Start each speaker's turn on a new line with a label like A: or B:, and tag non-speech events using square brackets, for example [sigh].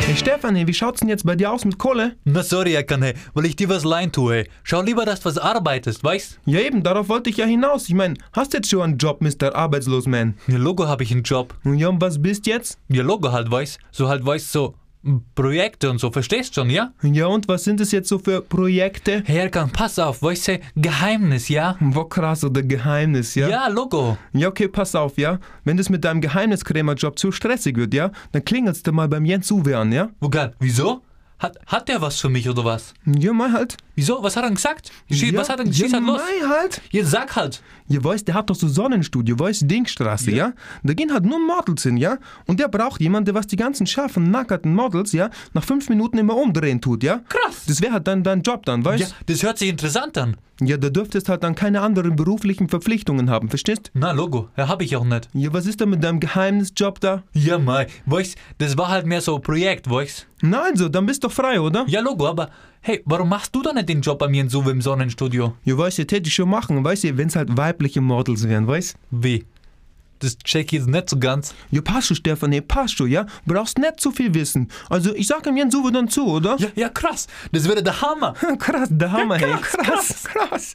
A: Hey Stefanie, wie schaut's denn jetzt bei dir aus mit Kohle?
B: Na sorry, Erkane, weil ich dir was leid tue. Schau lieber, dass du was arbeitest, weißt?
A: Ja eben, darauf wollte ich ja hinaus. Ich meine, hast jetzt schon einen Job, Mr. Arbeitslosman.
B: Ja, Logo habe ich einen Job.
A: Und ja, und was bist jetzt?
B: Ja, Logo halt, weißt? So halt, weißt, so m, Projekte und so, verstehst schon, ja?
A: Ja, und was sind es jetzt so für Projekte?
B: Hey, Erkan, pass auf, weißt du, Geheimnis, ja?
A: Wo krass oder Geheimnis, ja?
B: Ja, Logo.
A: Ja, okay, pass auf, ja? Wenn das mit deinem Geheimniskrämerjob zu stressig wird, ja? Dann klingelst du mal beim Jens Uwe an, ja?
B: Wogan, Oh wieso? Hat, hat der was für mich oder was?
A: Ja, mal halt.
B: Wieso? Was hat er gesagt? Schieß,
A: ja,
B: was hat er Schieß
A: ja,
B: halt los?
A: Mei halt.
B: Jetzt sag halt.
A: Ihr weißt, der hat doch so Sonnenstudio, weißt Dingstraße, ja. Da gehen halt nur Models hin, ja? Und der braucht jemanden, der was die ganzen scharfen, nackerten Models, ja, nach fünf Minuten immer umdrehen tut, ja?
B: Krass.
A: Das wäre halt dann dein Job dann,
B: Ja,
A: weißt?
B: das hört sich interessant an.
A: Ja. ja, da dürftest halt dann keine anderen beruflichen Verpflichtungen haben, verstehst?
B: Na, Logo, ja, hab ich auch nicht.
A: Ja, was ist denn mit deinem Geheimnisjob da?
B: Ja, mei, weißt, das war halt mehr so ein Projekt, weißt?
A: Na also, dann bist du frei, oder?
B: Ja, Logo, aber hey, warum machst du dann nicht den Job bei mir in Suwe im Sonnenstudio?
A: Ja, weißt du, hätte ich schon machen, weißt du, wenn's halt weibliche Models wären, weißt?
B: Wie? Das check ich jetzt nicht so ganz.
A: Ja, passt schon, Stefanie, passt schon, ja? Brauchst nicht zu viel wissen. Also, ich sag ihm Jens Uwe dann zu, oder?
B: Ja, ja, krass. Das wäre der Hammer.
A: [laughs] Krass, der Hammer,
B: Ja,
A: hey, krass,
B: krass,
A: krass.